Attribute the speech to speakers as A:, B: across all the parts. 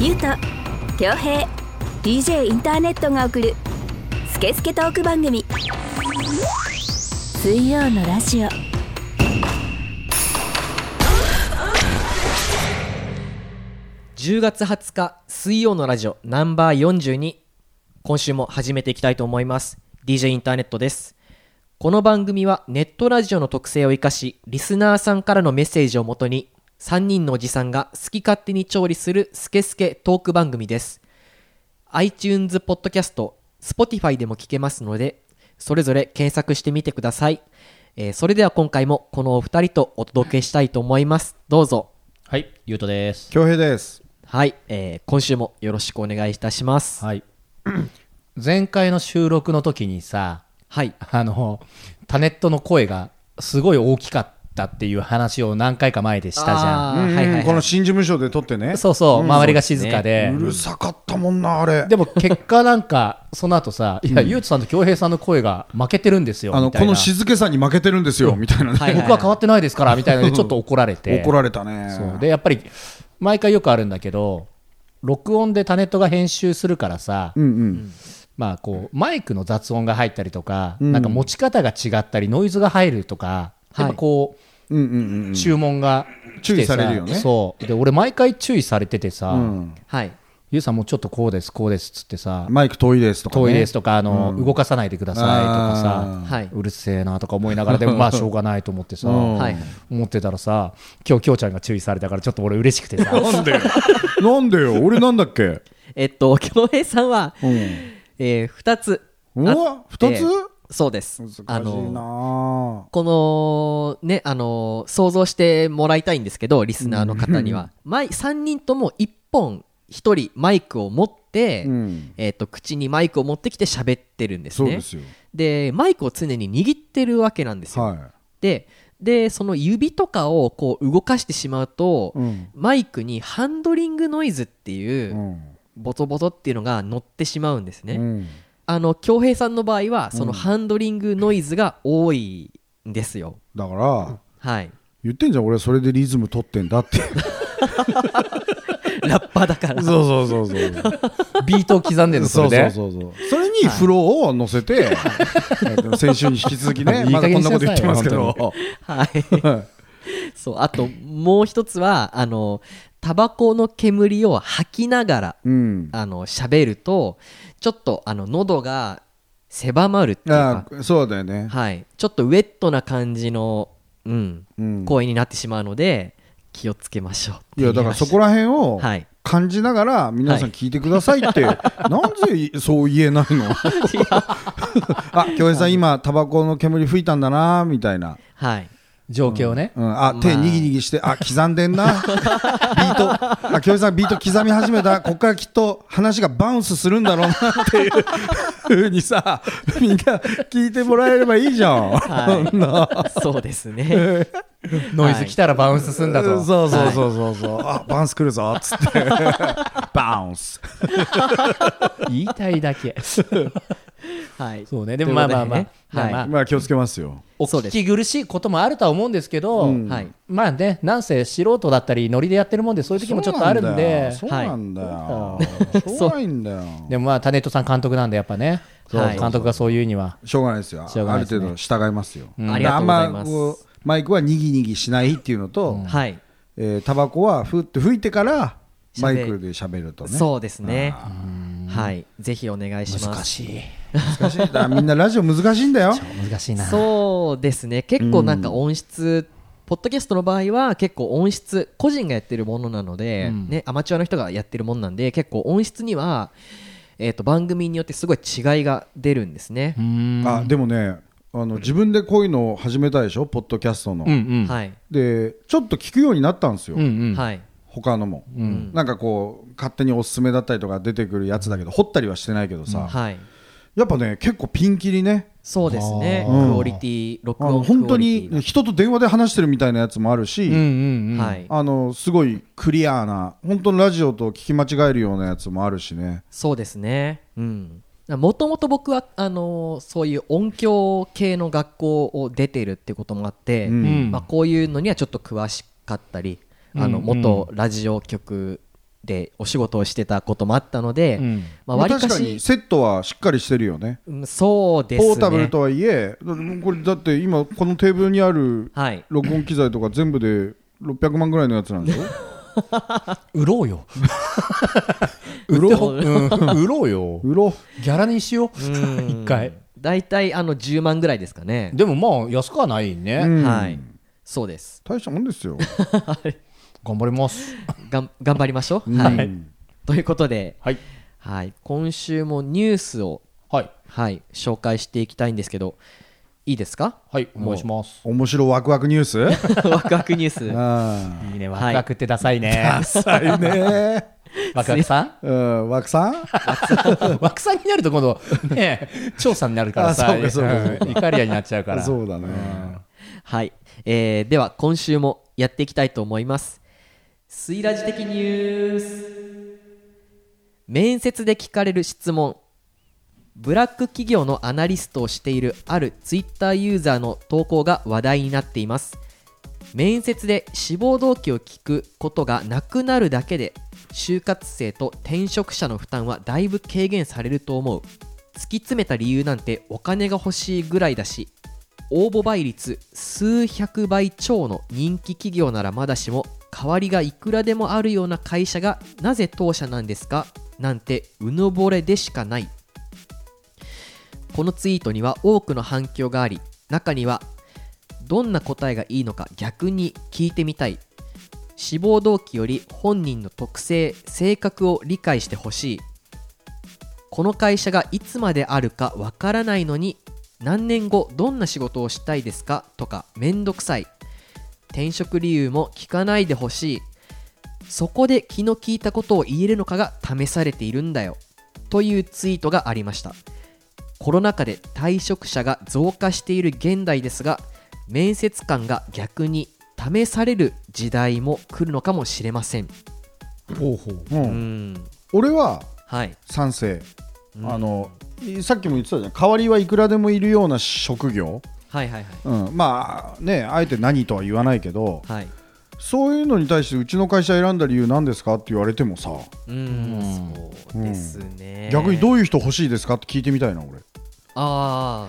A: ゆうと恭平 DJ インターネットが送る「スケスケトーク番組」水曜のラジオ
B: 10月20日水曜のラジオナンバー42今週も始めていきたいと思います DJ インターネットですこの番組はネットラジオの特性を生かしリスナーさんからのメッセージをもとに3人のおじさんが好き勝手に調理するスケスケトーク番組です iTunes ポッドキャスト Spotify でも聞けますのでそれぞれ検索してみてください、えーそれでは今回もこのお二人とお届けしたいと思いますどうぞ
C: はい、ゆうとです。
D: 恭平です。
B: はい、えー今週もよろしくお願いいたします。
C: はい。 前回の収録の時にさ、
B: はい、
C: あの、タネットの声がすごい大きかったっていう話を何回か前でしたじゃ
B: あー
D: うんうん
B: はいはいはい
D: この新事務所で撮ってね。
C: ん。そうそう、周りが静かで
D: う。るさかったもんな、あれ。
C: でも結果なんか、その後さ、いや、ゆうとさんと恭平さんの声が負けてるんですよ。
D: あの、
C: みたい
D: こ
C: な
D: の静けさに負けてるんですよ、みたいなね。
B: はい
C: 僕は変わってないですから、みたいなので、ちょっと怒られて。
D: 怒られたね。
C: そうでやっぱり毎回よくあるんだけど録音でタネットが編集するからさ、
D: うんうん。
C: まあ、こうマイクの雑音が入ったりとか,、なんか持ち方が違ったりノイズが入るとか、
B: はい
C: やっぱこ
D: うんうん
C: う注文が来
D: 注
C: て
D: 意
C: さ、
D: されるよね
C: そうで俺毎回注意されててさ、
D: うん。
B: はい、
C: ゆうさんもうちょっとこうですこうですっつってさ
D: マイク遠いですとかね。
C: 遠いですとかあの、動かさないでくださいとか
D: あ
C: さ
D: ー
B: はいう
C: るせえなとか思いながらで もまあしょうがないと思ってさ、
D: うん
B: はい、
C: 思ってたらさ今日きょうちゃんが注意されたからちょっと俺嬉しくて さ
D: なんでよ。なんでよ。俺なんだっけ。
B: えっと、 京平さんは、
D: うん。
B: えー、2つ
D: う
B: あ
D: わ、二つ
B: そうです。
D: 難しい
B: の
D: な
B: このね、あのー想像してもらいたいんですけど、リスナーの方には、マイ3人とも1本、1人マイクを持って、
D: うん
B: えっと口にマイクを持ってきて喋ってるんです
D: そう
B: ね。
D: ですよ。
B: でマイクを常に握ってるわけなんですよ。
D: は
B: ででその指とかをこう動かしてしまうと、
D: い。うん。
B: マイクにハンドリングノイズっていううんボトボトっていうのが乗ってしまうんですね、
D: うん
B: あの恭平さんの場合はその
D: うん
B: ハンドリングノイズが多いんですよ、
D: だから、
B: はい
D: 言ってんじゃん、俺それでリズム取ってんだって。
B: ラッパだか
D: そう
B: ら
D: そうそうそう。
C: ビートを刻んでるのそ
D: そ
C: れ
D: うそ
C: で
D: うそうそうそれにフローを乗 せて、えっと先週に引き続きね
C: いい
D: ま
C: 加
D: だ
C: 減
D: こ
C: に
D: ん
C: し
D: な
C: な
D: こ
C: さ
D: と
C: いよ
D: 言ってますけど
B: はい
D: は
B: そうあともう一つはあのタバコの煙を吐きながら
D: いうん
B: あの喋るとちょっとあの喉が狭まるっていう
D: あ
B: か
D: そうだよね、
B: はい、ちょっとウェットな感じの、うん、
D: うん、
B: 声になってしまうので気をつけましょうって
D: い
B: 言
D: や
B: ま
D: だ
B: し
D: か
B: た
D: らそこら辺を
B: はい
D: 感じながら皆さん聞いてくださいって、 なんでそう言えないの あ京平さん今タバコの煙吹いたんだなみたいな、
B: はい
C: 情景をね、
D: うん、あ手にぎにぎしてあ刻んでんなビートあ京平さんビート刻み始めたここからきっと話がバウンスするんだろうなっていうふうにさみんな聞いてもらえればいいじゃ ん。
B: はいそうですね
C: ノイズ来たらバウンスすんだと、
D: うんそうそうそうそうそう、あバウンス来るぞっつってバウンス
C: 言いたいだ け
B: はい
C: そうねでもまあまあまあ、
B: ということでね
C: まあまあ
D: まあ気をつけますよ
C: お
B: そうで
C: 聞
B: す
C: き苦しいこともあるとは思うんですけど、
D: うん
B: はい
C: まあねなんせ素人だったりノリでやってるもんでそういう時もちょっとあるんで
D: そうなんだよ
C: はい
D: しょうがないんだよ
C: でもまあタネットさん監督なんでやっぱね、
B: そう
C: はい監督がそう言うには
D: しょうがないですよ
C: しょうが
D: あ
C: ないで
D: る
C: すね
D: 程度従いますよ、
B: んありがとうございます
D: だからあんまこうマイクはにぎにぎしないっていうのと、
B: はい
D: えータバコはふって吹いてから
B: 喋
D: マ
B: る
D: イクで喋るとね
B: そうですねはいぜひお願いします
C: しい
D: 難しいだからみんなラジオ難しい んだよ
C: 難しいな
B: そうですね結構なんか音質、ポッドキャストの場合は結構音質個人がやってるものなので、
C: うん
B: ね、アマチュアの人がやってるものなんで結構音質には、えー、と番組によってすごい違いが出るんですね
C: う、ん
D: あでもねあの自分でこういうのを始めたでしょポッドキャストの、
C: うんうん
B: はい、
D: でちょっと聞くようになったんですよ、
C: うんうん
B: はい
D: 他のも、
B: ん
D: なんかこう勝手におすすめだったりとか出てくるやつだけど掘ったりはしてないけどさ、
B: はい
D: やっぱね結構ピンキリね
B: そうですね
C: あー
B: クオリティ録
D: あの
B: 音
D: 本当
B: クオ
D: に
B: リテ
D: 人と電話で話してるみたいなやつもあるし、
C: うんうんう
B: ィ
C: ん
B: がはい
D: あのすごいクリアーな本当にラジオと聞き間違えるようなやつもあるしね
B: そうですねうんもともと僕はあのーそういう音響系の学校を出てるってこともあって、
D: うん
C: うん
B: まあ、こういうのにはちょっと詳しかったり、あの
C: うん
B: 元ラジオ局でお仕事をしてたこともあったので、
C: うん
B: まあ、割
D: まあ
B: か
D: 確か
B: し
D: にセットはしっかりしてるよね
B: うんそうですね
D: ポータブルとはいえだこれだって今このテーブルにある
B: はい
D: 録音機材とか全部で600万ぐらいのやつなんで しょ
C: 売ろうよ売ろう、うん売ろうよ
D: うろ
C: ギャラにしよう一回
B: 大体あの10万ぐらいですかね、
C: でもまあ安くはないね、
D: うん
B: はいそうです
D: 大したもんで すよ、
C: 頑張ります
B: がん頑張りましょう、
D: うん
B: はい、ということで、
C: はい
B: はい、今週もニュースを、
C: はい
B: はい、紹介していきたいんですけどいいですか
C: はいお願いします
D: 面白ワクワクニュース
B: ワクワクニュース
D: あ
C: いいね
B: はい
C: ワクワクってダサいね、
D: あい いね
C: ワクワクさ ん
D: うんワクさん
C: ワクさんになると今度ね調査になるからさ
D: あそうかそうかそうか
C: んイカリアになっちゃうから
D: そうだね、
B: はい、えーでは今週もやっていきたいと思いますスイラジ的ニュース面接で聞かれる質問ブラック企業のアナリストをしているあるツイッターユーザーの投稿が話題になっています面接で志望動機を聞くことがなくなるだけで就活生と転職者の負担はだいぶ軽減されると思う突き詰めた理由なんてお金が欲しいぐらいだし応募倍率数百倍超の人気企業ならまだしも代わりがいくらでもあるような会社がなぜ当社なんですかなんてうぬぼれでしかないこのツイートには多くの反響があり中にはどんな答えがいいのか逆に聞いてみたい志望動機より本人の特性性格を理解してほしいこの会社がいつまであるかわからないのに何年後どんな仕事をしたいですかとかめんどくさい転職理由も聞かないでほしいそこで気の利いたことを言えるのかが試されているんだよというツイートがありましたコロナ禍で退職者が増加している現代ですが面接官が逆に試される時代も来るのかもしれません
C: ほうほう
D: うん
B: うん
D: 俺は
B: はい
D: 賛成、あのいさっきも言ってたじゃん代わりはいくらでもいるような職業、
B: はいはいはい
D: うん、まあねあえて何とは言わないけど
B: はい
D: そういうのに対してうちの会社選んだ理由何ですかって言われてもさ、
B: うん
C: うん
B: そうですね
D: 逆にどういう人欲しいですかって聞いてみたいな俺
B: ああ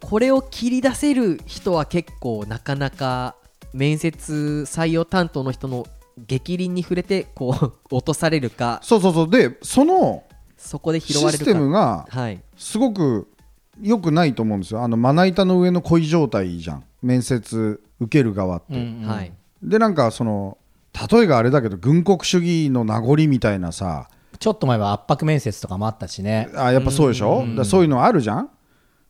B: これを切り出せる人は結構なかなか面接採用担当の人の激凛に触れてこう落とされる か
D: そうそうそうでその
B: そこで拾われる
D: シス
B: か
D: テムが
B: はい
D: すごく良くないと思うんですよあのまな板の上の恋状態じゃん面接受ける側って、
C: うんうん
B: はい
D: でなんかその例えがあれだけど軍国主義の名残みたいなさ
C: ちょっと前は圧迫面接とかもあったしね
D: あやっぱそうでしょ、だからそういうのあるじゃん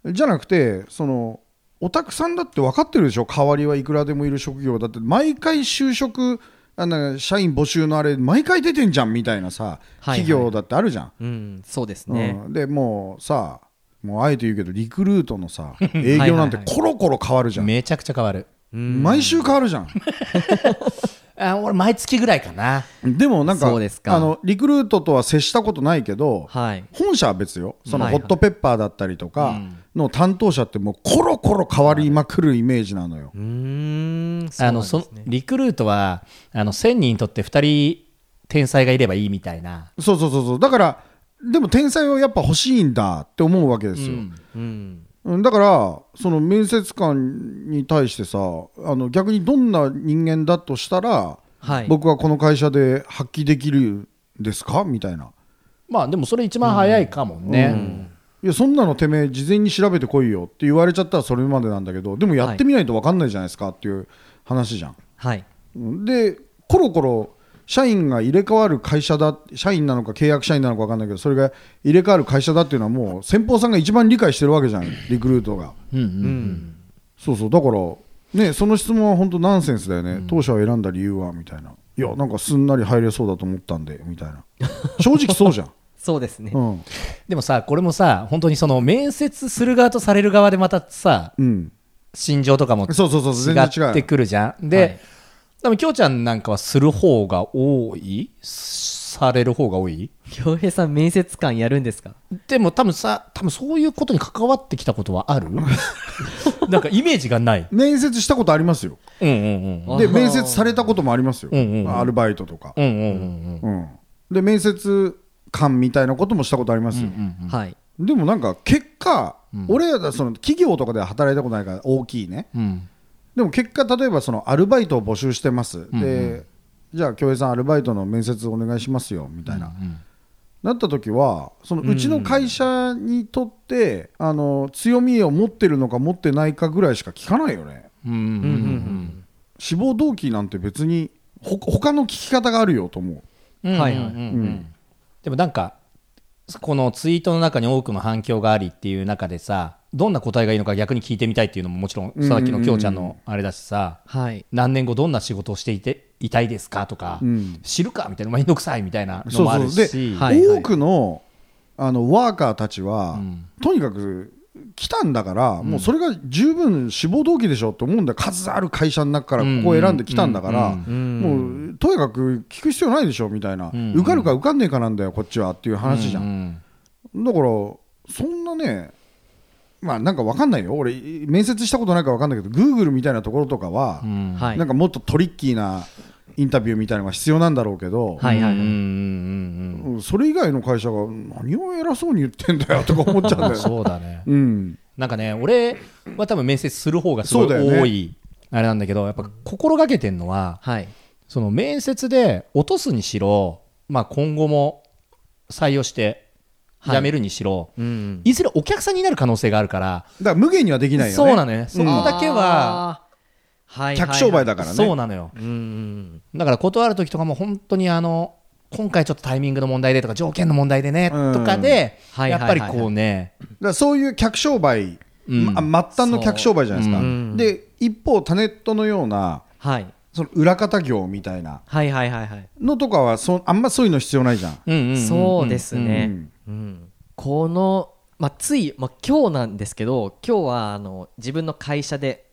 D: じゃなくてそのおたくさんだって分かってるでしょ代わりはいくらでもいる職業だって毎回就職あの社員募集のあれ毎回出てんじゃんみたいなさ、
B: はい
D: 企業だってあるじゃん、
B: うんそうですね
D: うん、でもうさもうあえて言うけどリクルートのさ営業なん て
B: はいはいはい
D: コロコロ変わるじゃん
C: めちゃくちゃ変わる
D: 毎週変わるじゃん
C: あ俺毎月ぐらいかな
D: でもなんか
B: そうですか
D: あのリクルートとは接したことないけど、
B: はい
D: 本社は別よその
B: はい
D: ホ
B: はい
D: ットペッパーだったりとかの担当者ってもうコロコロ変わりまくるイメージなのよ
B: うーんそうな
C: あ
B: ん
C: の
B: ですね
C: そリクルートはあの1000人にとって2人天才がいればいいみたいな
D: そうそうそうそうだからでも天才はやっぱ欲しいんだって思うわけですよ、
B: うん
D: うんだからその面接官に対してさあの逆にどんな人間だとしたら、
B: はい
D: 僕はこの会社で発揮できるんですかみたいな
C: まあでもそれ一番早いかもね、
D: いやそんなのてめえ事前に調べてこいよって言われちゃったらそれまでなんだけどでもやってみないと分かんないじゃないですかっていう話じゃん、
B: はい
D: でコロコロ社員が入れ替わる会社だ社員なのか契約社員なのか分かんないけどそれが入れ替わる会社だっていうのはもう先方さんが一番理解してるわけじゃんリクルートが
C: うんう
B: うんん
D: そうそうだからねその質問は本当ナンセンスだよね、当社を選んだ理由はみたいないやなんかすんなり入れそうだと思ったんでみたいな正直そ うじゃん、
B: そうですね
D: うん
C: でもさこれもさ本当にその面接する側とされる側でまたさ
D: うん、
C: 心情とかも
D: そうそうそう
C: 違
D: 全然違う
C: ってくるじゃんで、
B: はい
C: 多分きょうちゃんなんかはする方が多いされる方が多い
B: 恭平さん面接官やるんですか
C: でも多分さ多分そういうことに関わってきたことはある なんかイメージがない
D: 面接したことありますよ
C: うんうん
B: あ
D: で
B: ー
D: 面接されたこともありますよ、
C: うんうんうん
D: アルバイトとか、
C: うんうんうんうん
D: うんで面接官みたいなこともしたことありますよ、
B: はい
D: でもなんか結果、俺はその企業とかでは働いたことないから大きいね
C: うん
D: でも結果例えばそのアルバイトを募集してます、でじゃあ京平さんアルバイトの面接お願いしますよみたいな、なった時はそのうちの会社にとって、あの強みを持ってるのか持ってないかぐらいしか聞かないよね
C: うんうん
B: うん
D: 志望動機なんて別にほ他の聞き方があるよと思う
C: うんうん
B: はいはい
D: ん
C: でもなんかこのツイートの中に多くの反響がありっていう中でさどんな答えがいいのか逆に聞いてみたいっていうのももちろん
D: うん
C: さっきのきょうちゃんのあれだしさ
B: はい
C: 何年後どんな仕事をしていていたいですかとか、
D: うん
C: 知るかみたいな面倒くさいみたいなのもあるし
D: そうそう
B: ではいはい
D: 多くのあのワーカーたちは、
C: うん
D: とにかく来たんだから、もうそれが十分志望動機でしょと思うんだよ数ある会社の中からここを選んできたんだから、
C: うん
B: うん
D: もうとにかく聞く必要ないでしょみたいな、
C: ん
D: 受かるか受かんねえかなんだよこっちはっていう話じゃ、
C: うんん
D: だからそんなねまあなんかわかんないよ俺面接したことないからわかんないけど Google みたいなところとかは、
C: うん
B: はい
D: なんかもっとトリッキーなインタビューみたいなのが必要なんだろうけど、
B: はいはいはい
C: うんうんうん
D: うんそれ以外の会社が何を偉そうに言ってんだよとか思っちゃうんだ
C: うん
D: よ。
C: そうだね
D: うん、
C: なんかね俺は多分面接する方がすごい
D: そうだよね
C: 多いあれなんだけどやっぱ心がけてるのは
B: はい
C: その面接で落とすにしろ、まあ、今後も採用して
B: はい
C: 辞めるにしろ、
B: うん
C: い、ずれお客さんになる可能性があるから、
D: だから無限にはできないよね。
C: そうなのよそこ
D: うん
C: だけ
B: あ
C: は、
B: ーはいはいはい
D: 客商売だからね。
C: そうなのよ
B: うんうん
C: だから断る時とかも本当にあの今回ちょっとタイミングの問題でとか条件の問題でね
D: うん
C: とかで、
B: はい
C: や
B: はいは
C: っぱ
B: い
C: りこうね、
D: だからそういう客商売、
C: うん
D: ま末端の客商売じゃないですか。
C: そううん
D: で一方タネットのような
B: はい
D: その裏方業みたいな
B: はいはいはいはい
D: のとかはそあんまそういうの必要ないじゃん。
C: うんうんんん
B: そうです
D: う
B: ね
D: ん、
B: うんこの、まあ、つい、まあ、今日なんですけど今日はあの自分の会社で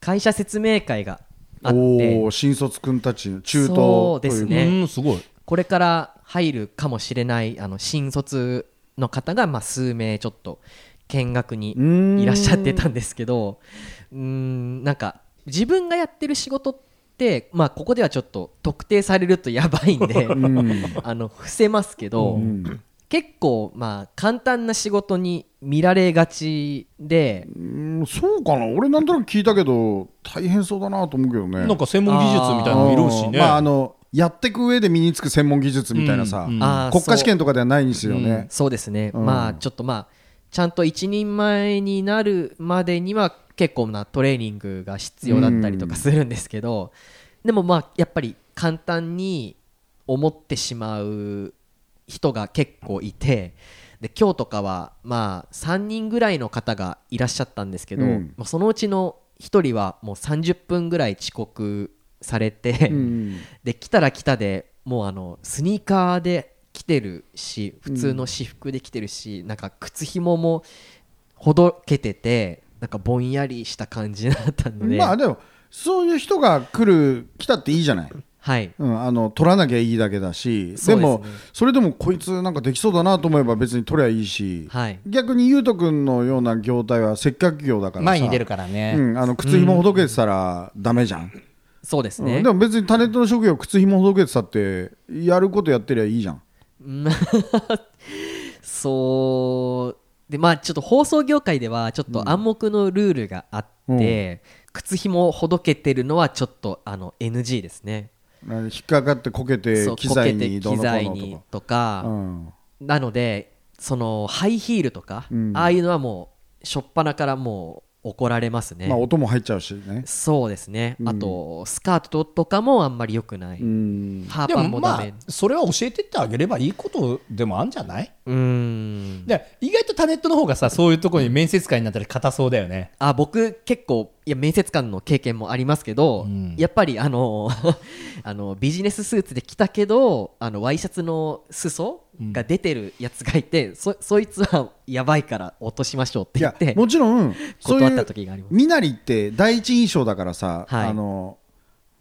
B: 会社説明会があっ
D: お
B: て
D: お新卒君たちの中東
B: そう
D: と
B: で
D: い
B: す
D: う
B: ね
C: うんすごい
B: これから入るかもしれないあの新卒の方が、まあ、数名ちょっと見学に
D: うーん
B: いらっしゃってたんですけどうーんなんか自分がやってる仕事って、まあ、ここではちょっと特定されるとやばいんで
D: うん
B: あの伏せますけど。
D: うん
B: 結構まあ簡単な仕事に見られがちで
D: うんそうかな俺なんとなく聞いたけど大変そうだなと思うけどね。
C: なんか専門技術みたいなのいるしね
D: あーまあ、あのやっていく上で身につく専門技術みたいなさ、
C: うんうん
B: あー
D: 国家試験
B: そう
D: とかではないにすよね、
B: そうですね、
D: うん
B: まあちょっとまあちゃんと一人前になるまでには結構なトレーニングが必要だったりとかするんですけど、でもまあやっぱり簡単に思ってしまう人が結構いてで今日とかはまあ3人ぐらいの方がいらっしゃったんですけど、
D: うん
B: まあそのうちの1人はもう30分ぐらい遅刻されて、
D: うん
B: で来たら来たでもうあのスニーカーで来てるし普通の私服で来てるし、なんか靴ひももほどけててなんかぼんやりした感じだったので、
D: まあでもそういう人が来る来たっていいじゃない、
B: はい
D: うん、あの取らなきゃいいだけだ
B: そう
D: し
B: ですね
D: もそれでもこいつなんかできそうだなと思えば別に取りゃいいし、
B: はい
D: 逆にゆうとくんのような業態は接客業だからさ
C: 前に出るからね、
D: うん、あの靴ひもほどけてたらダメじゃん、
B: そうです
D: う
B: ね
D: ん、でも別にタネットの職業靴ひもほどけてたってやることやってりゃいいじゃん
B: うん そうでまあちょっと放送業界ではちょっと暗黙のルールがあって、靴ひもほどけてるのはちょっとあの NG ですね、
D: 引っかかってこけて
B: そう
D: 機
B: こけ
D: 材
B: て
D: にど
B: 機
D: うのこう
B: 材
D: の
B: に
D: と
B: とか
D: か、うん
B: なのでそのハイヒールとか、
D: うん
B: ああいうのはもうしょっぱなからもう怒られますね、
D: まあ音も入っちゃうしね
B: そうですね、
D: うん
B: あとスカートとかもあんまり良くない、
D: うん
B: ハー
C: で
B: パンも
C: も
B: ダ
C: まあ
B: メ、
C: それは教えてってあげればいいことでもあんじゃない、
B: うーん
C: で意外とタネットの方がさそういうところに面接官になったら硬そうだよね
B: あ僕結構いや面接官の経験もありますけど、
C: うん
B: やっぱりあの あのビジネススーツで着たけどあのワイシャツの裾が出てるやつがいて、そそいつはやばいから落としましょうって
D: い
B: 言
D: や
B: って
D: もちろんそ う
B: 断っ
D: い
B: た
D: う
B: 時があります
D: 身なりって第一印象だからさ、
B: はい
D: あの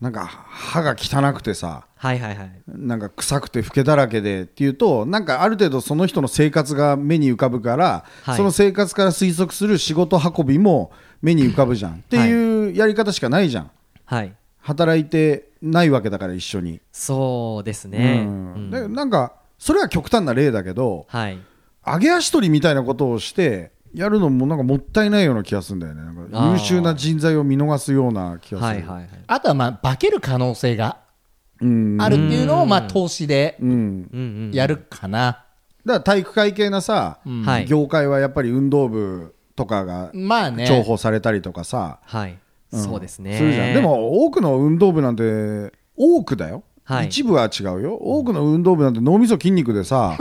D: なんか歯が汚くてさ
B: はいはいはい
D: なんか臭くて老けだらけでっていうとなんかある程度その人の生活が目に浮かぶから、
B: はい
D: その生活から推測する仕事運びも目に浮か ぶじゃんっていうやり方しかないじゃん
B: はい
D: 働いてないわけだから一緒に、
B: そうですね、
D: うん
B: うん
D: でなんかそれは極端な例だけど
B: はい
D: 揚げ足取りみたいなことをしてやるのもなんかもったいないような気がするんだよねなんか優秀な人材を見逃すような気がする
B: はいはいはい
C: あとはまあ化ける可能性が
D: うん
C: あるっていうのをまあ投資で
D: うん
B: うんうん
C: やるかな、
D: だから体育会系なさ、
C: うん
B: はい
D: 業界はやっぱり運動部とかが
C: まあね
D: 重宝されたりとかさ、
B: はい、
D: ん
B: そうですね
D: するじゃんでも多くの運動部なんて多くだよ、
B: はい
D: 一部は違うよ多くの運動部なんて脳みそ筋肉 でさ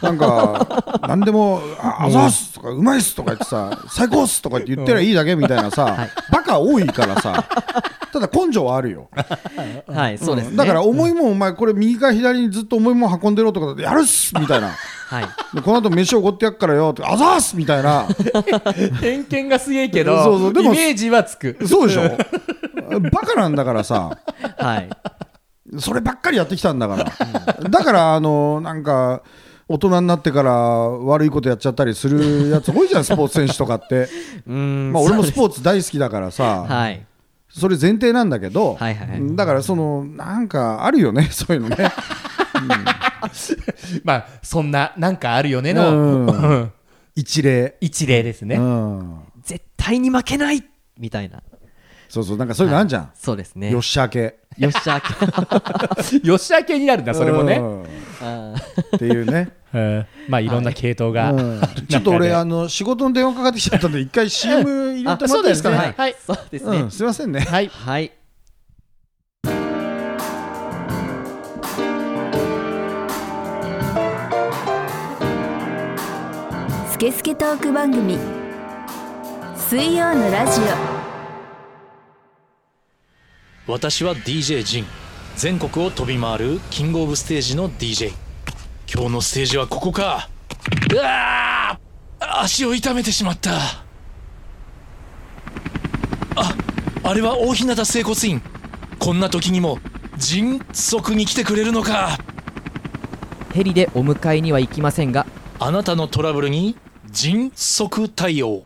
D: なんか何でも「ああざっす」とか「うまいっす」とか言ってさ「最高っす」とかって言ってりゃいいだけみたいなさ、バカ多いからさただ根性はあるよ
B: はいそうですね、
D: だから重いもんお前これ右から左にずっと重いもん運んでろとかやるっすみたいな。
B: はい
D: でこの後飯おごってやっからよってあざーすみた いな
C: 偏見がすげえけど
D: そうそうでも
C: イメージはつく
D: そうでしょバカなんだからさ
B: はい
D: そればっかりやってきたんだから だからあのなんか大人になってから悪いことやっちゃったりするやつ多いじゃんスポーツ選手とかって、
B: うーん
D: まあ、俺も
B: そう
D: スポーツ大好きだからさ、
B: はい
D: それ前提なんだけど、
B: はいはいはい
D: だからそのなんかあるよね そういうのね、
C: まあそんななんかあるよね
D: う、
C: の、うんん
D: 一例、
C: 一例ですね、
D: うん、
B: 絶対に負けないみたいな
D: そうそうなんかそういうのあんじゃん、
B: そうですね
D: よっしゃ系
B: よっ しゃ
C: よしあけになるんだそれも
D: う
C: ね、
D: ん
B: あ
D: っていうね
C: うんまあいろんな系統が、
D: うんちょっと俺あの仕事の電話かかってきちゃったんで一回 CM 入れてもらっていいですか
C: あ
D: ね
C: ねはい
B: そうです
D: う
B: ね
D: んすいませんね
C: はい
B: はい
A: スケスケトーク番組水曜のラジオ
E: 私は DJ ジン全国を飛び回るキングオブステージの DJ 今日のステージはここかうわあ足を痛めてしまったああれは大日向整骨院こんな時にも迅速に来てくれるのか
B: ヘリでお迎えには行きませんが
E: あなたのトラブルに迅速対応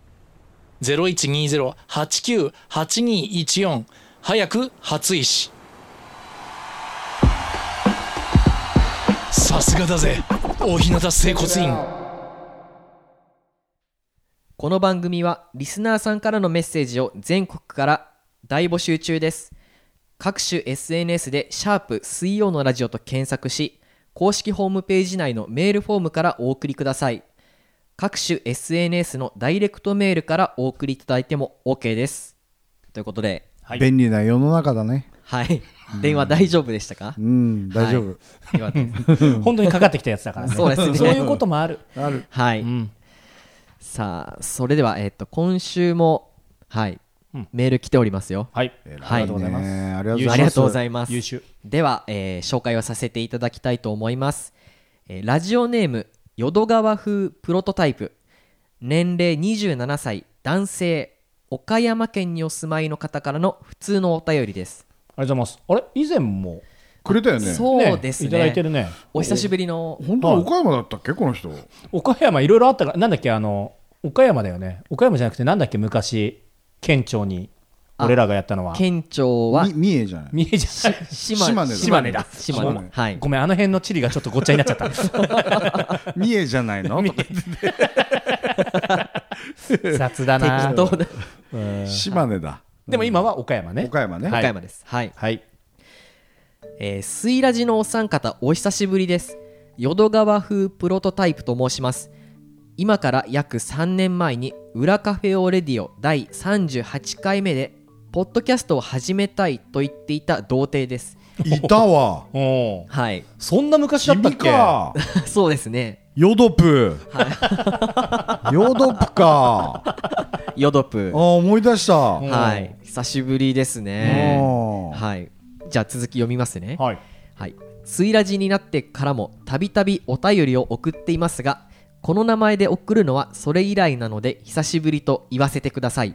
E: 0120-89-8214早く初石さすがだぜ大日向整骨院
B: この番組はリスナーさんからのメッセージを全国から大募集中です各種 SNS で「シャープ水曜のラジオ」と検索し公式ホームページ内のメールフォームからお送りください各種 SNS のダイレクトメールからお送りいただいても OK ですということで
C: はい
D: 便利な世の中だね
B: はい電話大丈夫でしたか
D: うん大丈夫
B: はいよかったです
C: 本当にかかってきたやつだから ね
B: そうですね
C: そういうこともある
D: ある
B: はい、
C: ん
B: さあそれでは、えっと今週も、はい
C: うん
B: メール来ておりますよ
C: はい、
B: はい
C: ありがとうございます、
D: ねありがとうござ
C: 優
D: います
B: ありがとうございます
C: 優秀
B: では、えー紹介をさせていただきたいと思います、えーラジオネーム淀川風プロトタイプ年齢27歳男性岡山県にお住まいの方からの普通のお便りです、
C: ありがとうございますあれ以前も
D: くれたよね
B: そうですね
C: いただいてるね
B: お久しぶりの
D: 本当は岡山だったっけこの人
C: 岡山いろいろあったからなんだっけあの岡山だよね岡山じゃなくてなんだっけ昔県庁に俺らがやったのは
B: 県庁は
D: み三重じゃない
C: 三重じゃない
B: 島
D: 島根だ
C: 島根だ
B: 島
D: 島
B: 根
D: 根
B: はい
C: ごめんあの辺の地理がちょっとごっちゃになっちゃった
D: 三重じゃないのとか
C: 雑だな
B: 適当だ
C: うん
D: 島根だ
C: でも今は岡山ね
D: 岡山ね
C: は
B: 岡
C: い
B: 山ですはい
C: はい
B: えー、スイラジのお三方お久しぶりです淀川風プロトタイプと申します今から約3年前に「裏カフェオレディオ」第38回目でポッドキャストを始めたいと言っていた童貞です
D: いたわ
C: おおー
B: はい
C: そんな昔だったっ
D: 君
C: け
D: か
B: そうですね
D: ヨドプヨドプかあ
B: ヨドプ
D: 思い出した
C: ん
B: はい久しぶりですね
D: うん
B: はいじゃあ続き読みますね
C: はい
B: はい、スイラジになってからもたびたびお便りを送っていますがこの名前で送るのはそれ以来なので久しぶりと言わせてください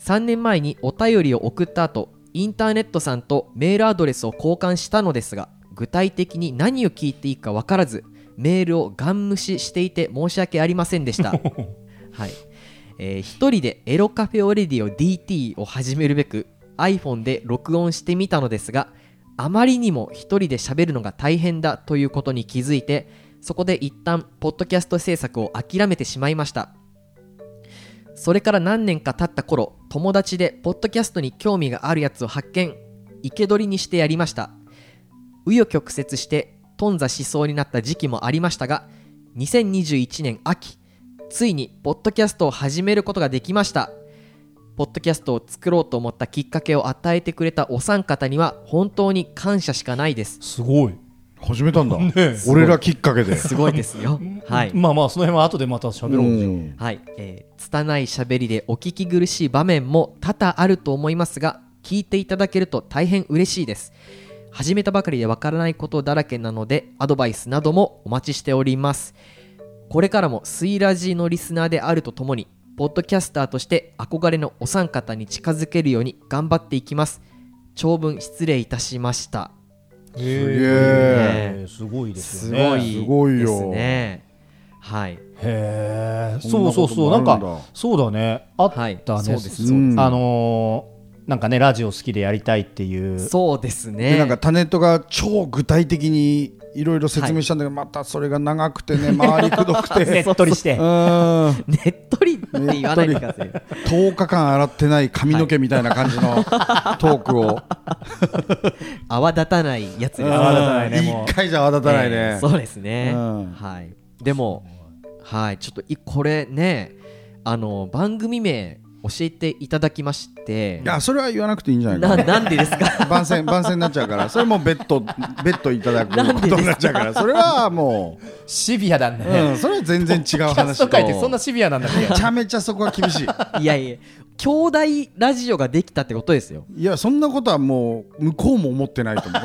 B: 3年前にお便りを送った後インターネットさんとメールアドレスを交換したのですが具体的に何を聞いていいか分からずメールをガン無視していて申し訳ありませんでしたはい、えー一人でエロカフェオレディオ DT を始めるべく iPhone で録音してみたのですがあまりにも一人で喋るのが大変だということに気づいてそこで一旦ポッドキャスト制作を諦めてしまいましたそれから何年か経った頃友達でポッドキャストに興味があるやつを発見生け捕りにしてやりました紆余曲折して頓挫しそうになった時期もありましたが2021年秋ついにポッドキャストを始めることができましたポッドキャストを作ろうと思ったきっかけを与えてくれたお三方には本当に感謝しかない です
C: すごい、
D: 始めたんだ、
C: え
D: 俺らきっかけで。
B: すごいですよはい
C: まあまあその辺は後でまた喋ろう、
D: うん
B: はい、えー、拙い喋りでお聞き苦しい場面も多々あると思いますが聞いていただけると大変嬉しいです始めたばかりでわからないことだらけなのでアドバイスなどもお待ちしておりますこれからもスイラジのリスナーであるとともにポッドキャスターとして憧れのお三方に近づけるように頑張っていきます長文失礼いたしました
C: す
D: すげえ
C: すごいです
B: す
C: よ
B: ご
C: ね
B: い
D: すごい
B: で
D: よ
B: すねはい
C: へえ
D: こん
C: そ
D: な
C: うそうそう
D: こ
C: な
D: と
C: ん
D: もあるんだ
C: かそうだねあった
B: は
C: ね
B: い、そうですそうです、
D: うん
C: あのーなんかねラジオ好きでやりたいっていう
B: そうですね
D: でなんかタネットが超具体的にいろいろ説明したんだけど、またそれが長くてね回りくどくて
C: ねっとりして
D: うん
B: ねっとりって言わないでください
D: 10日間洗ってない髪の毛みたいな感じのトー クを、
B: 泡立たないやつです
D: うん
C: 泡立たないねもう
D: 一回じゃ泡立たないね、
B: えーそうですね、
D: うん
B: はいでもはいちょっといこれねあの番組名教えていただきまして
D: いやそれは言わなくていいんじゃないか
B: な
D: な
B: なんでですか
D: 番宣番宣になっちゃうからそれも 別途別途いただくことになっちゃうからそれはも
C: シビアだ
D: う、うん、それは全然違う
C: キャス
D: 話
C: ト
D: め
C: 界ってそんなシビアなんだっ け
D: ちゃめちゃそこは厳しい
B: いやいや兄弟ラジオができたってことですよ
D: いやそんなことはもう向こうも思ってない と思う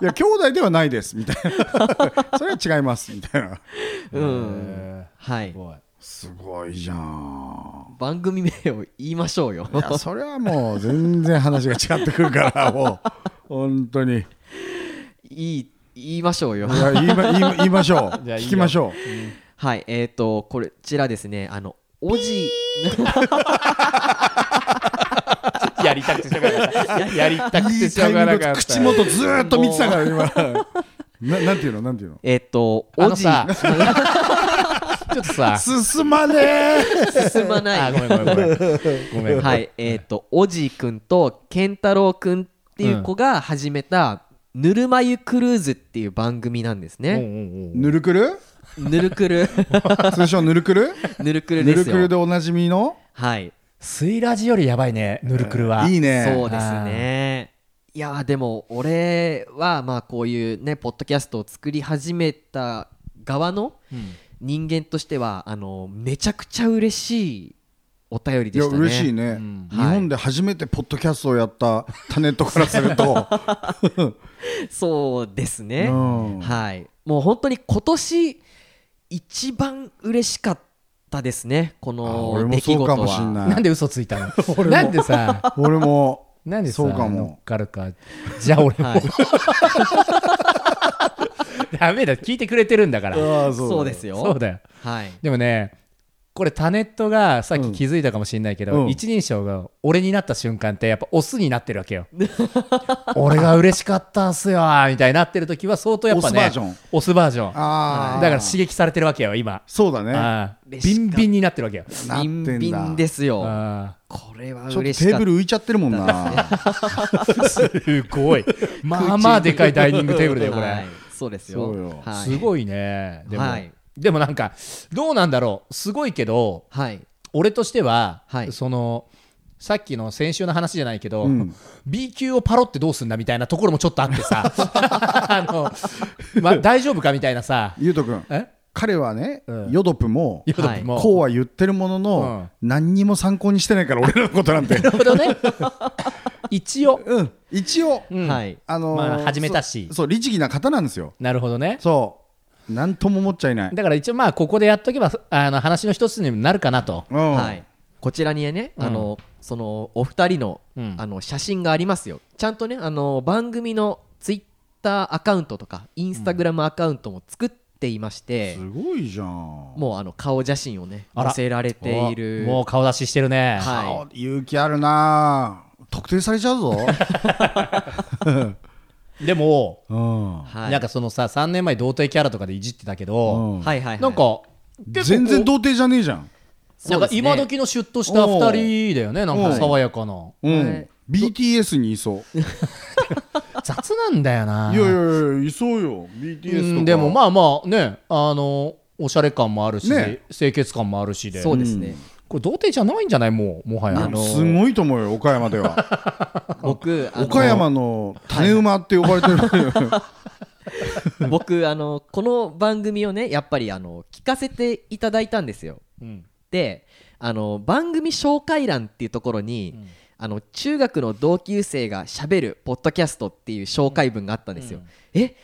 D: いや兄弟ではないですみたいなそれは違いますみたいな
B: うんはい
C: すごい
D: すごいじゃん
B: 番組名を言いましょうよ
D: いやそれはもう全然話が違ってくるからもう本当にい
B: いい言いましょうよ
D: や言いま言いま言いましょう
C: じゃあいいよ
D: 聞きましょ
B: はいえっ、ー、とこちらですねあのおじ
C: やりたくてしょうがなかったやりた
D: う
C: く
D: い
C: て
D: い
C: しょ
D: タ
C: う
D: イミ
C: が
D: ン
C: な
D: グ
C: か
D: で
C: った
D: 口元ずーっと見てたから今ななんていうのなんていうの
B: えっ、と
C: あ
B: お
C: の
B: じ
C: さちょっとさ
D: 進まねえ
B: 進まない
C: あごめんごめんごめんごめん
B: はい、えっ、と、おじいくんと健太郎くんっていう子が始めた、ぬるま湯クルーズっていう番組なんです
C: うんう
B: ね。
C: んうん
D: ぬるくる
B: ぬるく る、
D: 通称ぬるくる
B: ぬるく
D: ぬ
B: るで
D: る
B: す
D: くる
B: よ
D: で。おなじみの
B: はい、
C: スイラジよりやばいねぬるくるはい
D: いね
B: そうですね。いやーでも俺はまあこういうねポッドキャストを作り始めた側の人間としてはあのめちゃくちゃ嬉しいお便り
D: い
B: で
D: や
B: したね。
D: 嬉しいね、日本で初めてポッドキャストをやったタネットからすると、
B: そうですね、
D: うん
B: はいもう本当に今年一番嬉しかったですねこ
D: あ
B: の
D: 俺も
B: 出来
D: そう
B: 事
D: か
B: は
D: もしんな
C: なん
D: い
C: で嘘ついた のなんでさ
D: 俺も
C: なんでさ
D: そうかも
C: 乗っかるかじゃあ俺も、ダメだ聞いてくれてるんだから
D: ああ
B: そうですよ
C: そうだよ
B: はい
C: でもねこれタネットがさっき気づいたかもしれないけど、
D: うん
C: 一人称が俺になった瞬間ってやっぱオスになってるわけ よ俺が嬉しかったんすよみたいになってる時は相当やっぱね
D: オスバージョン
C: オスバージョン
D: ああ
C: だから刺激されてるわけよ今
D: そうだねな
C: ああビ
B: 嬉しかっ
C: ン
B: た
C: ビンになってるわけよ
D: って
B: ビ
D: ん
B: ン
D: だ
B: ビンですよ
C: あ
B: これは
D: ちょっとテ
B: 嬉しか
D: ー
B: った
D: ブル浮いちゃってるも んな
C: あす ごいまあまあでかいダイニングテーブルだよこれ、
B: はいそうですよ
D: そうよ
B: はい、
C: すごいねでも,、
B: はい
C: でもなんかどうなんだろうすごいけど
B: はい
C: 俺としては、
B: はい
C: そのさっきの先週の話じゃないけど、
D: うん
C: B 級をパロってどうすんだみたいなところもちょっとあってさ あの、ま、大丈夫かみたいなさ
D: ゆうとくん
C: え
D: 彼はね、
C: うん
D: ヨドプも
C: ヨドプも、
D: こうは言ってるものの、何にも参考にしてないから俺らのこ となんて
C: なるほ どね一応、
D: うん一応、
C: うん
B: はい
D: あのー
C: まあ始めたし
D: そうそう律儀な方なんですよ
C: なるほどね
D: そうなんとも思っちゃいない
C: だから一応まあここでやっとけばあの話の一つにもなるかなと
D: うん
B: はいこちらにね、
C: うん
B: あのそのお二人の,、
C: うん
B: あの写真がありますよちゃんとねあの番組のツイッターアカウントとかインスタグラムアカウントも作っていまして、
D: すごいじゃん。
B: もうあの顔写真をね
C: あら
B: 載せられている
C: おもう顔出ししてるね、
B: は
D: あ勇気あるなぁ特定されちゃう ぞ。
C: でも、
D: うん。
B: い、はい、
C: なんかそのさ3年前童貞キャラとかでいじってたけど、
D: うん
B: はいはいはい
C: なんか結構
D: 全然童貞じゃねえじゃん。
C: なんか
B: そう
C: 今
B: ですね
C: 時のシュッとした2人だよねなんか爽やかな
D: うん。
B: はい
D: BTS にいそう。い
C: 雑なんだよな
D: やいやいや、いそうよ。BTS と
C: う
D: か。
C: んでもまあまあねあのおしゃれ感もあるし、
D: ね
C: 清潔感もあるしで
B: そうですね、
C: これ童貞じゃないんじゃないもうもはや
B: あの
D: すごいと思うよ、岡山では。
B: 僕あの
D: 岡山の種馬って呼ばれてる。
B: 僕あのこの番組をねやっぱりあの聞かせていただいたんですよ
C: うん
B: であの番組紹介欄っていうところに、あの中学の同級生がしゃべるポッドキャストっていう紹介文があったんですよ、え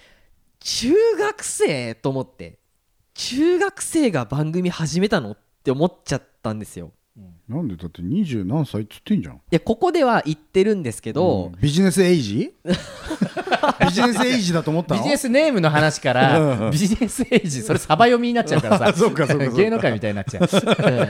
B: 中学生と思って中学生が番組始めたのって思っちゃったんですよ
D: なんでだって二十何歳っつってんじゃん。
B: いやここでは言ってるんですけど、
D: うんビジネスエイジビジネスエイジだと思った
C: ビ
D: の
C: ジネスネームの話か
D: うんう
C: ら
D: ん
C: ビジネスエイジそれサバ読みになっちゃうからさ
D: そうかそうかそうか
C: 芸能界みたいになっちゃう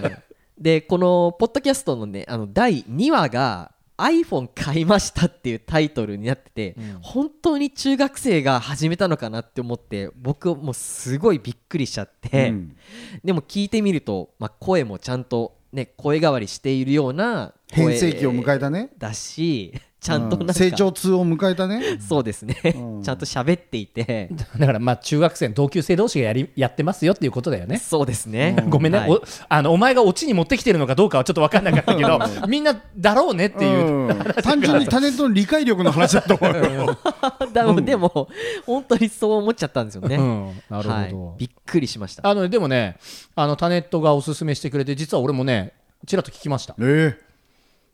B: でこのポッドキャストのねあの第2話が iPhone 買いましたっていうタイトルになってて、本当に中学生が始めたのかなって思って僕もうすごいびっくりしちゃって、
D: うん
B: でも聞いてみると、まあ、声もちゃんと、ね、声変わりしているような声
D: 変声期を迎えたね。
B: だしちゃんとな
D: う
B: んんか、
D: 成長痛を迎えたね。
B: そうですね、
D: う ん
B: ちゃんと喋っていて、
C: だからまあ中学生の同級生同士がやりやってますよっていうことだよね
B: そうですね、
C: ごめんね、
B: はい
C: おあのお前がオチに持ってきてるのかどうかはちょっと分かんなかったけど みんなだろうねっていう、
D: うん単純にタネットの理解力の話だと思うよ。
B: だでも本当にそう思っちゃったんですよね、
C: うんなるほど、
B: はい、びっくりしました
C: あのでもねあのタネットがおすすめしてくれて実は俺もねちらっと聞きました、
D: ええ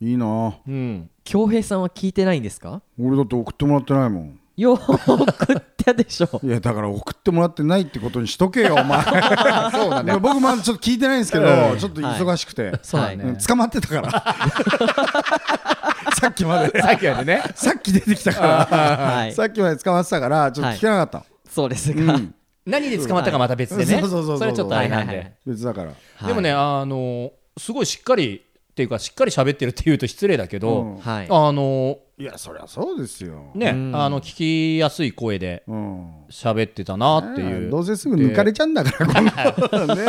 D: いいなぁ
C: うん、
B: 恭平さんは聞いてないんですか
D: 俺だって送ってもらってないもん
B: よー送ったでし ょ
D: いやだから送ってもらってないってことにしとけよお前そうなんだ僕まだちょっと聞いてないんですけど、ちょっと忙しくて、
C: そうだね、
D: うん捕まってたからさっきまで
C: さっきまでね
D: さっき出てきたから、
B: はい
D: さっきまで捕まってたからちょっと聞けなかっ
B: そうです
D: た、
B: が、
D: うん
C: 何で捕まったかまた別でね、
D: そうそうそうそう
C: れはちょっとあれなんで、
B: はいはいはい
D: 別だから
B: はい
C: でもねあのすごいしっかりっていうかしっかり喋ってるっていうと失礼だけど、
D: うん
B: はい
C: あの
D: いやそりゃそうですよ、
C: ね、
B: うん
C: あの聞きやすい声で
D: うん、
C: 喋ってたなっていう、
D: どうせすぐ抜かれちゃうんだからこのね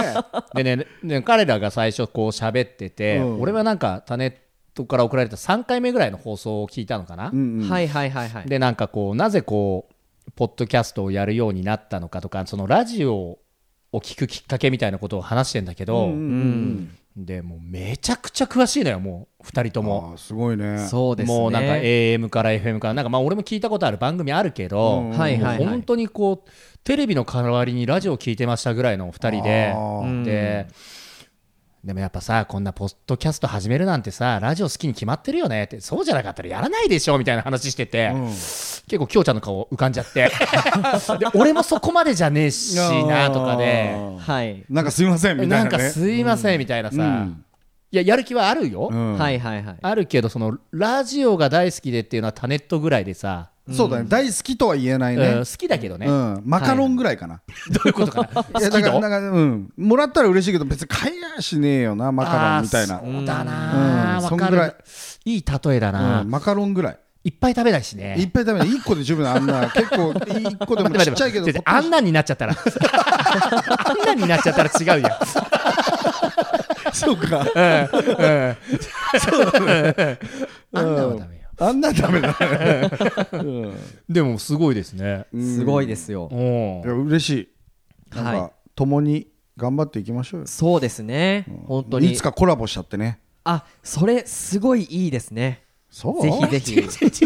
C: でねね彼らが最初こう喋ってて、
D: うん
C: 俺はなんかタネットから送られた3回目ぐらいの放送を聞いたのかな、
D: うんうん
B: はいはいはいはい
C: でなんかこうなぜこうポッドキャストをやるようになったのかとかそのラジオを聞くきっかけみたいなことを話してんだけど、
D: うんうん
C: でもうめちゃくちゃ詳しいのよもう2人と
D: うん
C: も。
D: ああすごいね
B: そうですね
C: もうなんか AM から FM からなんかまあ俺も聞いたことある番組あるけど、
D: うん
B: はいはいはい
C: もう本当にこうテレビの代わりにラジオを聞いてましたぐらいのお二人で
D: あー
B: うん
C: ででもやっぱさこんなポッドキャスト始めるなんてさラジオ好きに決まってるよねってそうじゃなかったらやらないでしょみたいな話してて、
D: うん
C: 結構きょうちゃんの顔浮かんじゃって で俺もそこまでじゃねえしなとかで
B: はい、
D: なんかすいませんみた
C: ないん
D: な
C: か
D: ね
C: すいませんみたいなさ、
D: うん
C: いややる気はあるよ、
D: うん
B: はいはいはい
C: あるけどそのラジオが大好きでっていうのはタネットぐらいでさ、
D: そうだね大好きとは言えない
C: うん
D: ね
C: 好きだけどね、
D: う
C: ど
D: んマカロンぐらいかな
C: ういうことかな好
D: いやだ
C: き
D: から
C: 度
D: なんかうんもらったら嬉しいけど別に買いやしねえよなマカロンみたいな
C: あーそうだな
D: うん
C: わ、
D: そん
C: か
D: ぐらい
C: るいい例えだな、
D: うんマカロンぐらい
C: いっぱい食べないし
D: いっ
C: ね
D: ぱい食べない1個で十分あん な結構1個でも
C: 待
D: ち
C: っ
D: ってちゃ
C: 待って
D: いけど
C: 待ってあんなんになっちゃった らあんなんになっちゃったら違うやん
D: そうか
C: あんなんはダメよ
D: あんなダメだね
C: でもすごいですね
B: すごいですよ、
C: お
D: いや嬉しいなん
B: は
D: か共に頑張っていきましょうよ
B: そうですね、本当に
D: いつかコラボしちゃってね
B: あそれすごいいいですね
D: そう
B: ぜひぜひ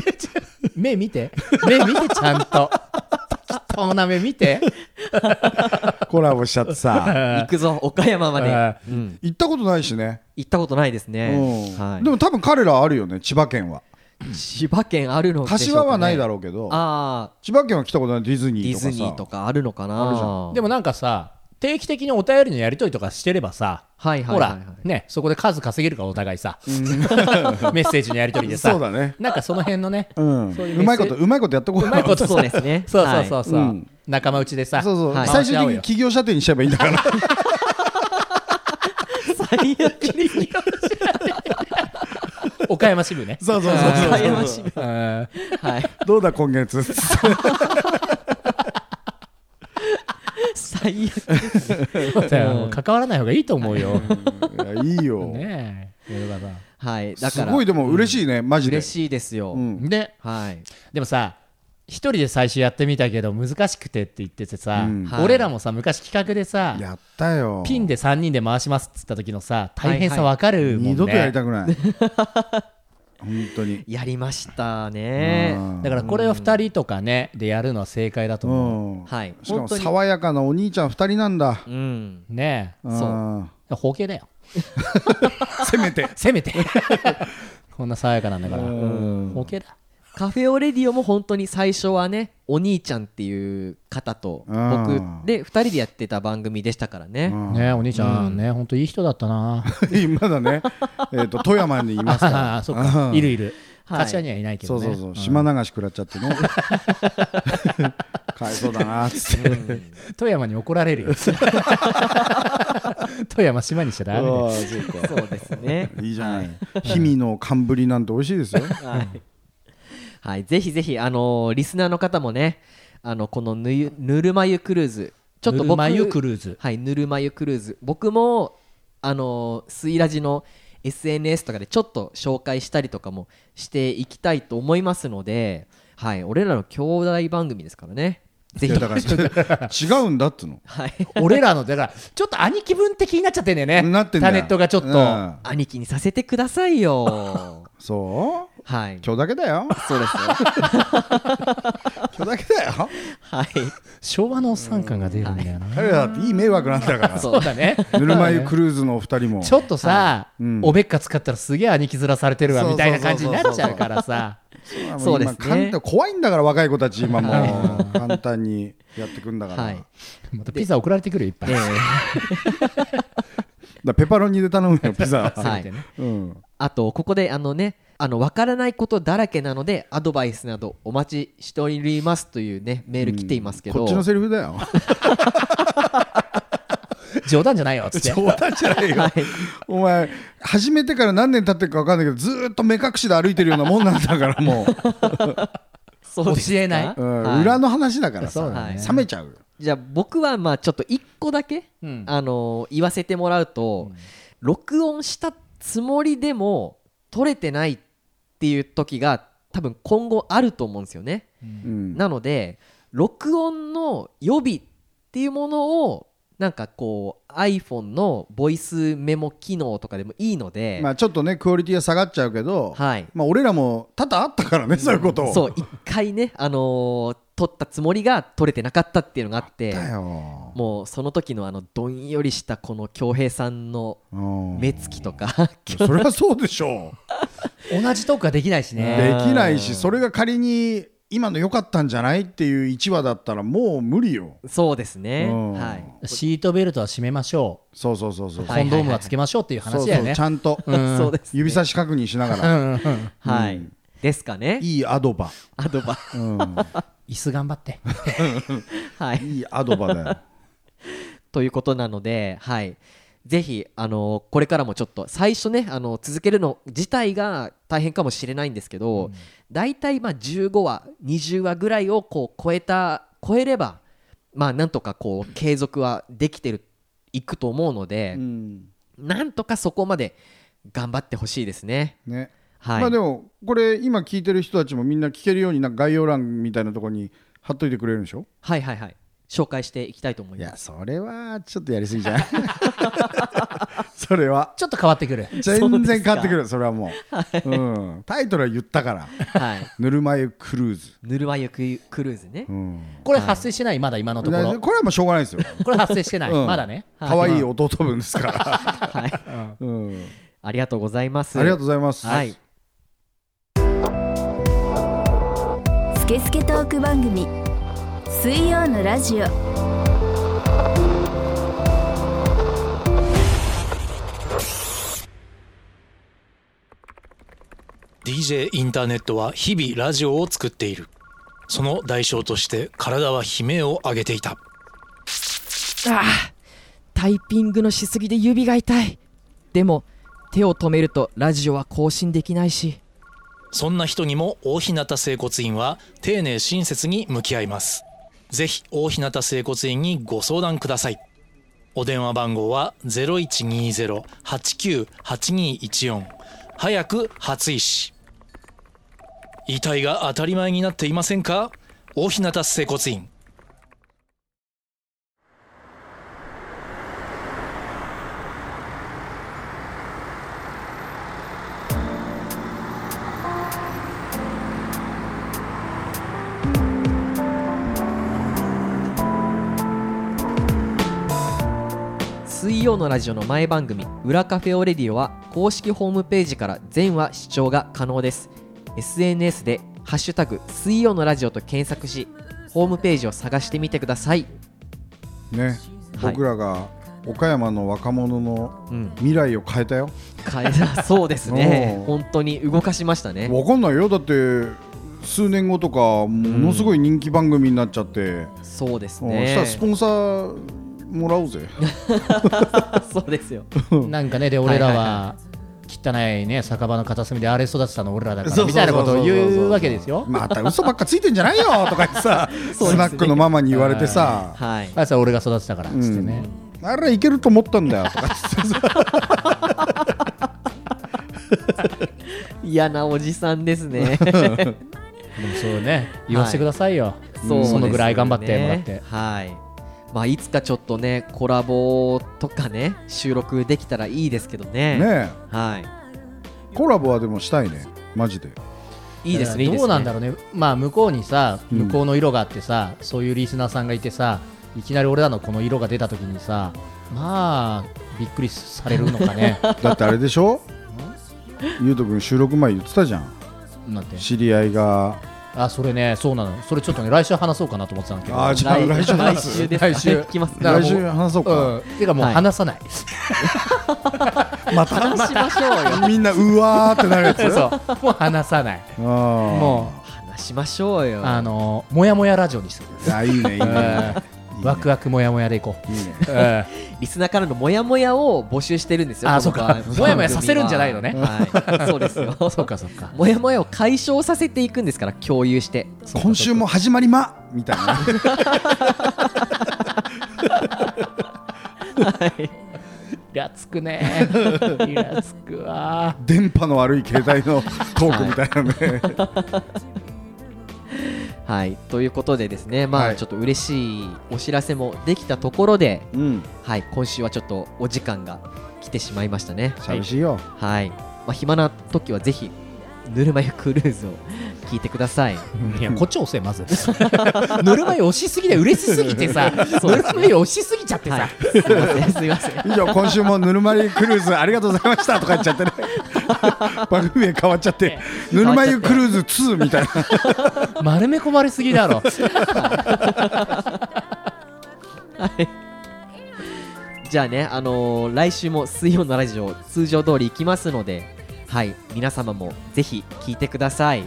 C: 目見て目見てちゃんと適当な目見て
D: コラボしちゃってさ
B: 行くぞ岡山まで、
C: う
B: うん
D: 行ったことないしね
B: 行ったことないですね、
D: うん
B: はい、
D: でも多分彼らあるよね千葉県は
B: 千葉県あるのでしょうか、ね、
D: 柏はないだ
B: ろ
D: ろうけど
B: ああ
D: 千葉県は来たことないディズニ
B: ディ
D: ニーとかさ
B: ズニーとかあるのか
D: あるじ
B: な
C: でもなんかさ定期的にお便りのやり取りとかしてればさ、
B: はいはい
C: ほ
B: はいはい
C: ら、ね、そこで数稼げるからお互いさ、 メッセージのやり取りでさ、
D: そうだね
C: なんかその辺のね、
D: うん、
C: そういう
D: うまいことうまいことやっとこう
C: うまいこと
B: そうですね
C: そうそうそうそう、
D: はいうん
C: 仲間内でさ、
D: そうそう、
B: はい
D: 最終的に企業査定にしちゃえばいいんだから
B: 最悪ですね
C: 岡山支部ね。
D: そうそうそうそう
B: 羨ましい
C: うん
B: はい
D: どうだ今月
B: 最悪
C: そうだよもう関わらない方がいいと思うよ。
D: いやいいよ、
C: ねえ、ヨガさん
B: はいだ
D: す
B: から
D: ごいでも嬉しいね、マジで
B: 嬉しいですよ、
D: うん
C: で、
B: はい
C: でもさ、一人で最初やってみたけど難しくてって言っててさ、
D: うん
B: はい
C: 俺らもさ、昔企画でさ、
D: やったよ
C: ピンで3人で回しますっつった時のさ、大変さわかるもんね。
D: 二度とやりたくない本当に
B: やりましたね
D: うん
C: だからこれを2人とかね、でやるのは正解だと
D: う
C: 思う。
D: ん
B: はい
D: しかも
B: 本当に
D: 爽やかなお兄ちゃん二人なんだ
B: うん
C: ねえ、
D: うん
C: そう。包茎だよ。
D: せめて
C: せめて。こんな爽やかなんだから。
D: うん
C: 包茎だ。
B: カフェオレディオも本当に最初はねお兄ちゃんっていう方と僕
D: うん
B: で2人でやってた番組でしたからね
D: うん
C: ねえ、お兄ちゃん、ね、ほんといい人だったな。
D: 今だね、えー、と富山にいま すか
C: あ
D: ら
C: あ、そっか。いるいる。
B: はい
C: 柏にはいないけ
D: そ
C: ど
D: う
C: ね。
D: そうそう島流し食らっちゃってね かわいそうだなっつって
C: 富山に怒られるよ富山島にしちゃダメだよ
D: あーそうか
B: そうですね
D: いいじゃない氷見の寒ぶりなんて美味しいですよ
B: はい、はい、ぜひぜひあのーリスナーの方もねあのこのぬゆぬるま湯クルーズちょっと僕
C: ぬるま湯クルーズ
B: はいぬるま湯クルーズ僕もあのースイラジの SNS とかでちょっと紹介したりとかもしていきたいと思いますのではい俺らの兄弟番組ですからねぜ
D: い
B: ひ
D: やだからそれ違うんだっつうの
B: はい
C: 俺らのだからちょっと兄貴分的になっちゃってんだよね
D: なってんだ
C: タ
D: よ
C: ネットがちょっと、
D: うん
B: 兄貴にさせてください よ
D: そう
B: はい
D: 今日だけだよ
B: そうですよ
D: 今日だけだよ
B: はい
C: 昭和のおっさん感が出るんだよな、
D: 彼らだっていい迷惑なんだか
B: そ
D: ら
B: う
C: そうだね
D: ぬるま湯クルーズのお二人も
C: ちょっとさ、
D: うん
C: おべっか使ったらすげえ兄貴面されてるわみたいな感じになっちゃうからさ
D: まあも
B: そうです
D: 今
B: ね
D: 簡単怖いんだから若い子たち今も
C: は
D: う簡単にやってくんだから,、
B: はい
D: だか
C: またピザ送られてくるよいっぱい、
B: ええ
D: らペパロニで頼むよピザは、
B: はい
C: せめてね
D: うん、
B: あとここであのねあの分からないことだらけなのでアドバイスなどお待ちしておりますというねメール来ていますけど、
D: こっちのセリフ だよ
C: 冗談じゃないよっつって
D: 談じゃないよお前始めてから何年経ってるか分かんないけどずーっと目隠しで歩いてるようなもんなんだからも
B: そうですか
C: 教えな い
D: うんうん、裏の話だからさ、
C: そう
B: だね
D: 冷めちゃうよ
B: じゃあ僕はまあちょっと1個だけ、
C: うん
B: あのー言わせてもらうと、録音したつもりでも取れてないっていう時が多分今後あると思うんですよね、
D: うん
B: なので録音の予備っていうものをなんかこう iPhone のボイスメモ機能とかでもいいので、
D: まあ、ちょっとねクオリティは下がっちゃうけど、
B: はい
D: まあ、俺らも多々あったからねそういうことを
B: そう一回ね、あのー撮ったつもりが撮れてなかったっていうのがあって
D: だよ、
B: もうその時のあのどんよりしたこの恭平さんの
D: うん、
B: 目つきとか
D: そりゃそうでしょ う
C: 同じトークはできないしね
D: できないしそれが仮に今の良かったんじゃないっていう1話だったらもう無理よ
B: そうですね、
D: うん
B: はい
C: シートベルトは締めましょ
D: そうそうそうそう、
C: う、
B: はい
C: コンドームはつけましょうっていう
D: そう
C: 話だよ
D: そう
C: ね
D: ちゃんと、
B: そうです
D: 指差し確認しな がら
C: うんうんうん
B: はい、
D: うん
B: ですかね
D: いいアドバ、
B: アドバ
D: うん、
C: 椅子頑張って
B: はい
D: いいアドバだよ
B: ということなので、はい、ぜひ、あのこれからもちょっと最初ね、あの続けるの自体が大変かもしれないんですけど、大体まあ15話20話ぐらいをこう超えた超えれば、まあ、なんとかこう継続はできてるいくと思うので、なんとかそこまで頑張ってほしいですね。
D: ね
B: はい、
D: まあでもこれ今聞いてる人たちもみんな聞けるようになんか概要欄みたいなところに貼っといてくれるんでしょ
B: はいはいはい紹介していきたいと思い
D: い
B: ま
D: や
B: す。
D: それはちょっとやりすぎじゃない それは
C: ちょっと変わってくる
D: 全然変わってくるそれはもう、うん、タイトルは言ったから
B: はい、
D: ぬるま湯クルーズ、
B: ぬるま湯ククルーズね、
D: うん、
C: これ発生してないまだ今のとこ
D: だか
C: ろ
D: らこれはもうしょうがないですよ
C: これ発生してない
D: うん
C: まだね
B: はい
D: 可愛い弟分ですから、
B: はい、
D: うん、
B: ありがとうございます。
D: ありがとうございます、
B: はい、
A: スケスケトーク番組水曜のラジオ
E: DJ インターネットは日々ラジオを作っているその代償として体は悲鳴を上げていた
F: ああタイピングのしすぎで指が痛いでも手を止めるとラジオは更新できないし
E: そんな人にも大日向整骨院は丁寧親切に向き合いますぜひ大日向整骨院にご相談くださいお電話番号は0120-898214早く初医師遺体が当たり前になっていませんか大日向整骨院
B: 水曜のラジオの前番組「裏カフェオレディオ」は公式ホームページから全話視聴が可能です SNS で「ハッシュタグ水曜のラジオ」と検索しホームページを探してみてください
D: ね、
B: はい
D: 僕らが岡山の若者の
B: うん
D: 未来を変えたよ
B: 変え たそうですね
D: おう
B: 本当に動かしましたね
D: わかんないよだって数年後とかものすごい人気番組になっちゃって、
B: そうです
D: うんそし
B: ね
D: たらスポンサーもらおうぜ
B: そうですよ
C: なんかねで俺ら
B: はいはい
C: は汚いね酒場の片隅であれ育てたの俺らだか
D: そ
C: ら
D: うそう
C: みた
D: そうそう
C: いなことを言うわけですよ。
D: また嘘ばっかついてんじゃないよとか言ってさ、
B: そうですね
D: スナックのママに言われてさ
B: はい
C: あいつは俺が育てたからっつってね。
D: あれいけると思ったんだよとか言って
B: 嫌なおじさんです ね
C: でもそうね言わせてくださいよ。
B: そうですよね
C: そのぐらい頑張ってもらって。
B: はいまあいつかちょっとねコラボとかね収録できたらいいですけどね
D: ね
B: はい
D: えコラボはでもしたいねマジで
B: いいですねいい
C: だ
B: ですね
C: からどうなんだろうね。まあ向こうにさ
D: うん
C: 向こうの色があってさそういうリスナーさんがいてさいきなり俺らのこの色が出た時にさまあびっくりされるのかね。
D: だってあれでしょゆうとくん収録前言ってたじゃん
C: なんて。
D: 知り合いが
C: あそれねそうなの。それちょっとね来週話そうかなと思ってたんだけど。
D: あーじゃあ
B: 来
D: 来週
B: 来
D: 話
B: 週
D: す
B: ですか
C: 来週
B: 聞きます
C: だから
D: 来
C: もう
D: 週話そうか、
C: うん、てかもう
B: はい
C: 話さない、
D: また
B: 話しましょうよ
D: みんなうわーってなるやつ
C: そうもう話さ ない
D: あー
C: も
B: 話しましょう
C: う
B: よ
C: あのもやもやラジオにする
D: あいいねいいねいいね
C: ワクワクもやもやでいこう
D: いいね
C: え
B: リスナーからのモヤモヤを募集してるんですよこ
C: あ
B: の
C: そうか
B: 番組は
C: モヤモヤさせるんじゃないのね
B: はいそうですよ
C: えそうかそうか
B: モヤモヤを解消させていくんですから共有して
D: 今週も始まりまみたいな
C: イラつくね イラつくわ
D: 電波の悪い携帯のトークみたいなね、
B: はいということでですねま
D: は
B: あ
D: い
B: ちょっと嬉しいお知らせもできたところで
D: うん
B: はい今週はちょっとお時間が来てしまいましたね
D: 寂しいよ、
B: はいまあ暇な時はぜひぬるま湯クルーズを聞いてください
C: いやこっち押せまずぬるま湯押しすぎで嬉しすぎてさぬるま湯押しすぎちゃって
B: は
C: さ
B: い、すいませんすいません
D: 以上今週もぬるま湯クルーズありがとうございましたとか言っちゃ ってね番組名変わっちゃってぬるま湯クルーズ2みたいな
C: 丸め込まれすぎだろ
B: じゃあね、あのー来週も水曜のラジオ通常通り行きますので、はい、皆様もぜひ聞いてください。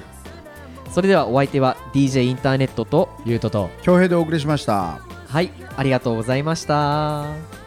B: それではお相手は DJ インターネットと、
C: ゆうとと
D: 恭平でお送りしました
B: はい、ありがとうございました。